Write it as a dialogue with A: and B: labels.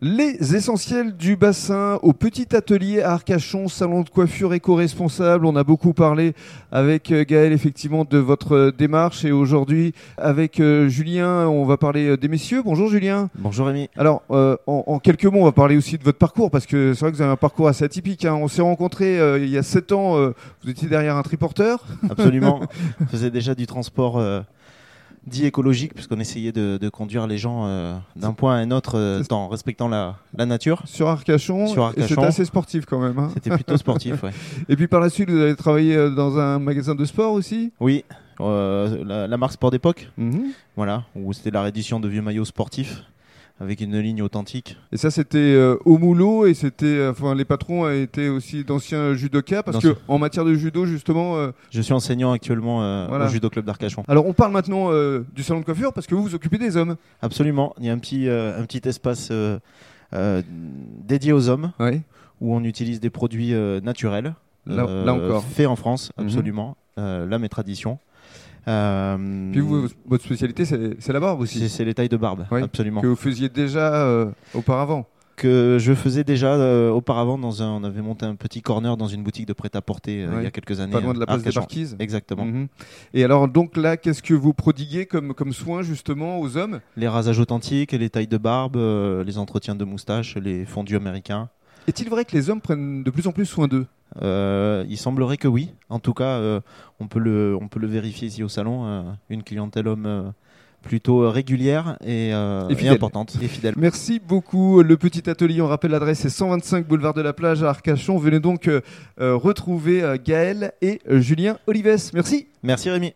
A: Les essentiels du bassin au petit atelier à Arcachon, salon de coiffure éco-responsable. On a beaucoup parlé avec euh, Gaël effectivement de votre euh, démarche et aujourd'hui avec euh, Julien, on va parler euh, des messieurs. Bonjour Julien.
B: Bonjour Rémi.
A: Alors euh, en, en, quelques mots, on va parler aussi de votre parcours parce que c'est vrai que vous avez un parcours assez atypique. hein. On s'est rencontrés euh, il y a 7 ans, euh, vous étiez derrière un triporteur.
B: Absolument. On faisait déjà du transport euh, dit écologique, puisqu'on essayait de, de conduire les gens euh, d'un point à un autre euh, tout en respectant la, la nature.
A: Sur Arcachon,
B: Sur
A: et c'était
B: Arcachon.
A: assez sportif quand même. hein.
B: C'était plutôt sportif, ouais.
A: Et puis par la suite, vous avez travaillé euh, dans un magasin de sport aussi
B: Oui, euh, la, la marque Sport d'époque, voilà, où c'était la réédition de vieux maillots sportifs avec une ligne authentique.
A: Et ça, c'était euh, au moulot et c'était, euh, enfin, les patrons étaient aussi d'anciens judokas parce que
B: D'anciens.
A: en matière de judo, justement. euh,
B: Je suis enseignant actuellement euh,
A: Voilà.
B: au Judo Club d'Arcachon.
A: Alors, on parle maintenant euh, du salon de coiffure parce que vous vous occupez des hommes.
B: Absolument, il y a un petit, euh, un petit espace euh, euh, dédié aux hommes
A: Oui.
B: où on utilise des produits euh, naturels.
A: Là,
B: Euh,
A: là encore.
B: Fait en France,
A: Mhm.
B: absolument. Euh, là, mes traditions. Euh,
A: Puis vous, votre spécialité, c'est c'est la barbe
B: c'est
A: aussi
B: c'est les tailles de barbe,
A: Oui.
B: absolument.
A: que
B: Que...
A: vous faisiez déjà euh, auparavant.
B: je faisais déjà euh, auparavant dans un, on avait monté un petit corner dans une boutique de prêt-à-porter euh,
A: Oui.
B: il y a quelques années.
A: Pas loin de la
B: euh,
A: place des
B: Arcachon.
A: Marquises.
B: Exactement.
A: Mhm. Et alors, donc là, qu'est-ce que vous prodiguez comme, comme soin justement aux hommes
B: Les rasages authentiques, les tailles de barbe, euh, les entretiens de moustache, les fondus américains.
A: Est-il vrai que les hommes prennent de plus en plus soin d'eux
B: Euh, il semblerait que oui. En tout cas, euh, on, peut le, on peut le vérifier ici au salon. euh, une clientèle homme euh, plutôt euh, régulière et, euh,
A: Et
B: et
A: fidèle.
B: importante et fidèle.
A: Merci beaucoup. Le petit atelier, on rappelle l'adresse, c'est 125 boulevard de la Plage à Arcachon. Venez donc euh, euh, retrouver euh, Gaël et euh, Julien Olives. Merci.
B: Merci Rémi.